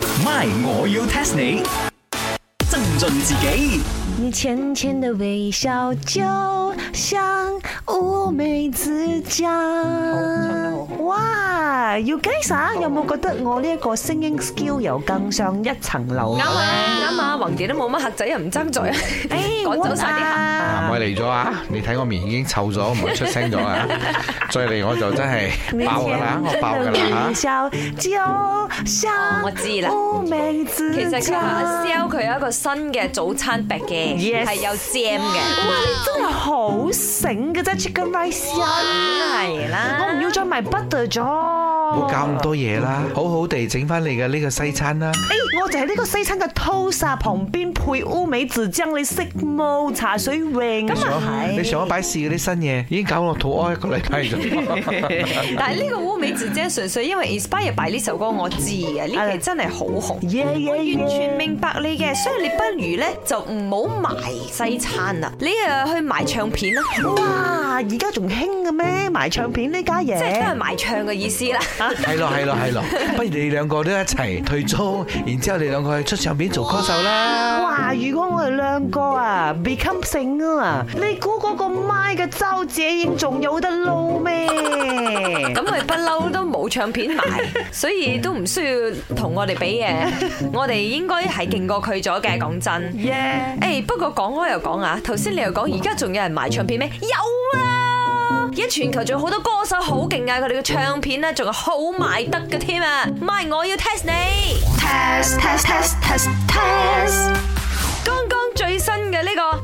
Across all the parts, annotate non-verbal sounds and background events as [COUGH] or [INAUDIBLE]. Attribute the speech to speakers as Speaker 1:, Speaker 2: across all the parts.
Speaker 1: My，我要 test 你。增进自己
Speaker 2: 你浅浅的微笑就像烏梅子醬。哇！You guys 啊，有冇覺得我呢一個 singing skill 又更上一層樓？
Speaker 3: 啱啊嗯啱啊，宏傑都冇乜客仔又唔爭在， [LAUGHS] 趕走晒啲客。
Speaker 4: 南
Speaker 2: 啲
Speaker 4: 威嚟咗啊！你睇我面已經臭咗，唔係出聲咗啊！再嚟我就真係
Speaker 2: 啊
Speaker 4: 爆㗎啦，我爆㗎
Speaker 2: [LAUGHS]
Speaker 4: 啦
Speaker 2: 微笑就像
Speaker 3: 哦我知啦
Speaker 2: 烏梅子
Speaker 3: 其實佢話
Speaker 2: 醬
Speaker 3: sell 佢有一個新嘅早餐餅嘅，
Speaker 2: Yes
Speaker 3: 係有 jam
Speaker 2: 哇！
Speaker 3: 嘅，
Speaker 2: 你真係好醒嘅啫，Chicken Rice 啊！
Speaker 3: 係
Speaker 2: 我唔
Speaker 3: 啦。
Speaker 2: 要再賣 butter 咗。
Speaker 4: 嚇！
Speaker 2: 冇
Speaker 4: 冇搞咁多嘢啦，好好地整翻你嘅呢個西餐啦。
Speaker 2: 誒，哎我就係呢個西餐嘅 toast 啊，旁邊配烏梅子醬，你識冇？茶水泳咁啊
Speaker 4: 你上一擺試嗰啲新嘢，已經搞我肚屙一個禮拜
Speaker 2: [LAUGHS]
Speaker 4: 咗。
Speaker 3: 但係呢個烏美姐姐純粹因為 inspire by 呢首歌我知嘅，呢期真係好紅。
Speaker 2: 耶耶
Speaker 3: 完全
Speaker 2: 耶！
Speaker 3: 明白你嘅，所以你不如咧就唔好埋西餐啦，你誒去埋唱片啦，
Speaker 2: 哇，而家仲興嘅咩？賣唱片呢家
Speaker 3: 即係都係
Speaker 2: 嘢，
Speaker 3: 埋唱嘅意思啦。
Speaker 4: 係咯係咯係咯，不如你兩個都一齊退租，然之後你兩個去出唱片做歌手啦。
Speaker 2: 哇！如果我哋兩個啊 become 醒啊，你估嗰個麥嘅周姐英仲有得撈咩？
Speaker 3: 咁佢不嬲都冇唱片賣，所以都唔需要同我哋比嘅。我哋應該係勁過佢咗嘅，講真。
Speaker 2: 耶！
Speaker 3: 誒，不過講開又講啊，頭先你又講而家仲有人賣唱片咩？有啊！而家全球仲有好多歌手好勁啊，佢哋嘅唱片咧仲係好賣得嘅添啊！咪我要 test 你。
Speaker 5: test test test test test
Speaker 3: 剛剛最新嘅呢個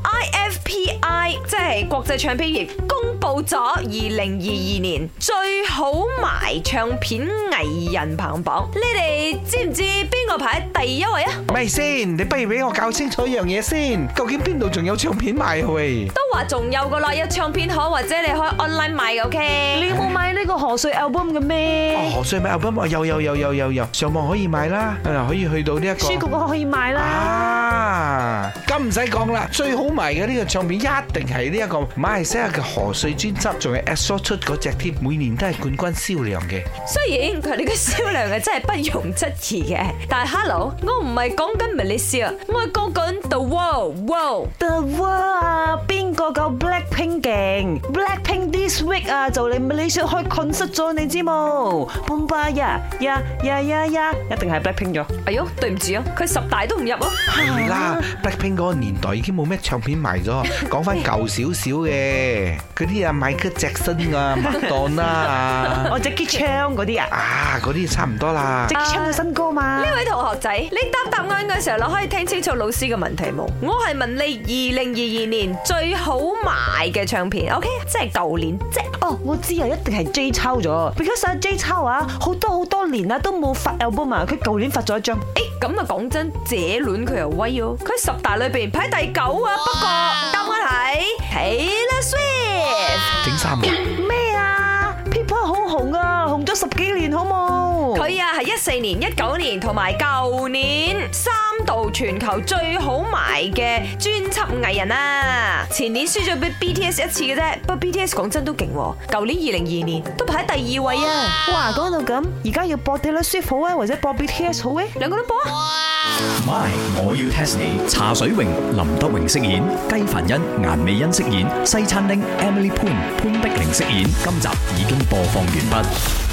Speaker 3: IFPI，即係國際唱片業，公布咗二零二二年最好賣唱片藝人排行榜。你哋知唔知邊個排喺第一位啊？
Speaker 4: 咪先，你不如俾我搞清楚一樣嘢先，究竟邊度仲有唱片賣喂？
Speaker 3: 都話仲有個啦，有唱片行或者你可以 online 買嘅
Speaker 2: 你
Speaker 3: ，OK？
Speaker 2: 有冇買呢個賀歲 album 嘅咩？
Speaker 4: 哦，所以咪 album 啊有有有有有有，上網可以買啦，誒可以去到呢一個
Speaker 2: 書局我可以買啦。
Speaker 4: 啊，咁唔使講啦，最好賣嘅呢個唱片一定係呢一個馬來西亞嘅河水專輯，仲係 EXO 出嗰隻添，每年都係冠軍銷量嘅。
Speaker 3: 雖然佢哋嘅銷量嘅真係不容質疑嘅，但係 hello，我唔係講緊 Malaysia，我係講緊 the world world。
Speaker 2: The World 啊，邊個夠 Blackpink 勁？Blackpink this week 啊，就嚟 Malaysia 開 concert 咗，你知冇？搬巴呀呀呀呀呀，一定係 Blackpink 咗。
Speaker 3: 哎喲，對唔住啊，佢十大都唔入啊！
Speaker 4: 係啦，Blackpink 嗰個年代已經冇咩唱片賣咗，講翻舊少少嘅，嗰啲啊 Michael Jackson 啊、麥當啦啊，
Speaker 2: [LAUGHS] 我哦 Jackie Chan 嗰啲啊
Speaker 4: 啊嗰啲差唔多啦。
Speaker 2: ，Jackie Chan 嘅新歌嘛
Speaker 3: 呢。位同學仔，你答答案嘅時候，你可以聽清楚老師嘅問題冇？我係問你二零二二年最好賣嘅唱片，OK？即係舊年啫。
Speaker 2: 哦，我知啊，一定係 J 抄咗，because 阿 J 抄啊，好多好多年啦啊都冇發 album 啊，佢舊年發咗一張。
Speaker 3: 誒，咁啊講真，這戀佢又威喎，佢十大裏邊排第九啊。不過答案係 Taylor Swift，
Speaker 4: 整衫喎，
Speaker 2: 咩啊？People 好紅啊，紅咗十幾年好冇？
Speaker 3: 佢啊係一四年、一九年同埋舊年三度全球最好賣嘅專輯藝人啊！前年輸咗俾 BTS 一次嘅啫，不過 BTS 講真都勁喎，舊年二零二年都排喺第二位啊！
Speaker 2: 哇，講到咁，而家要播 Taylor Swift 好啊，或者播 BTS 好咧？
Speaker 3: 兩個都播啊！
Speaker 1: ，My，我要 test 你。茶水榮、林德榮飾演，雞凡欣、顏美欣飾演，西餐廳 Emily Poon 潘碧玲飾演。今集已經播放完畢。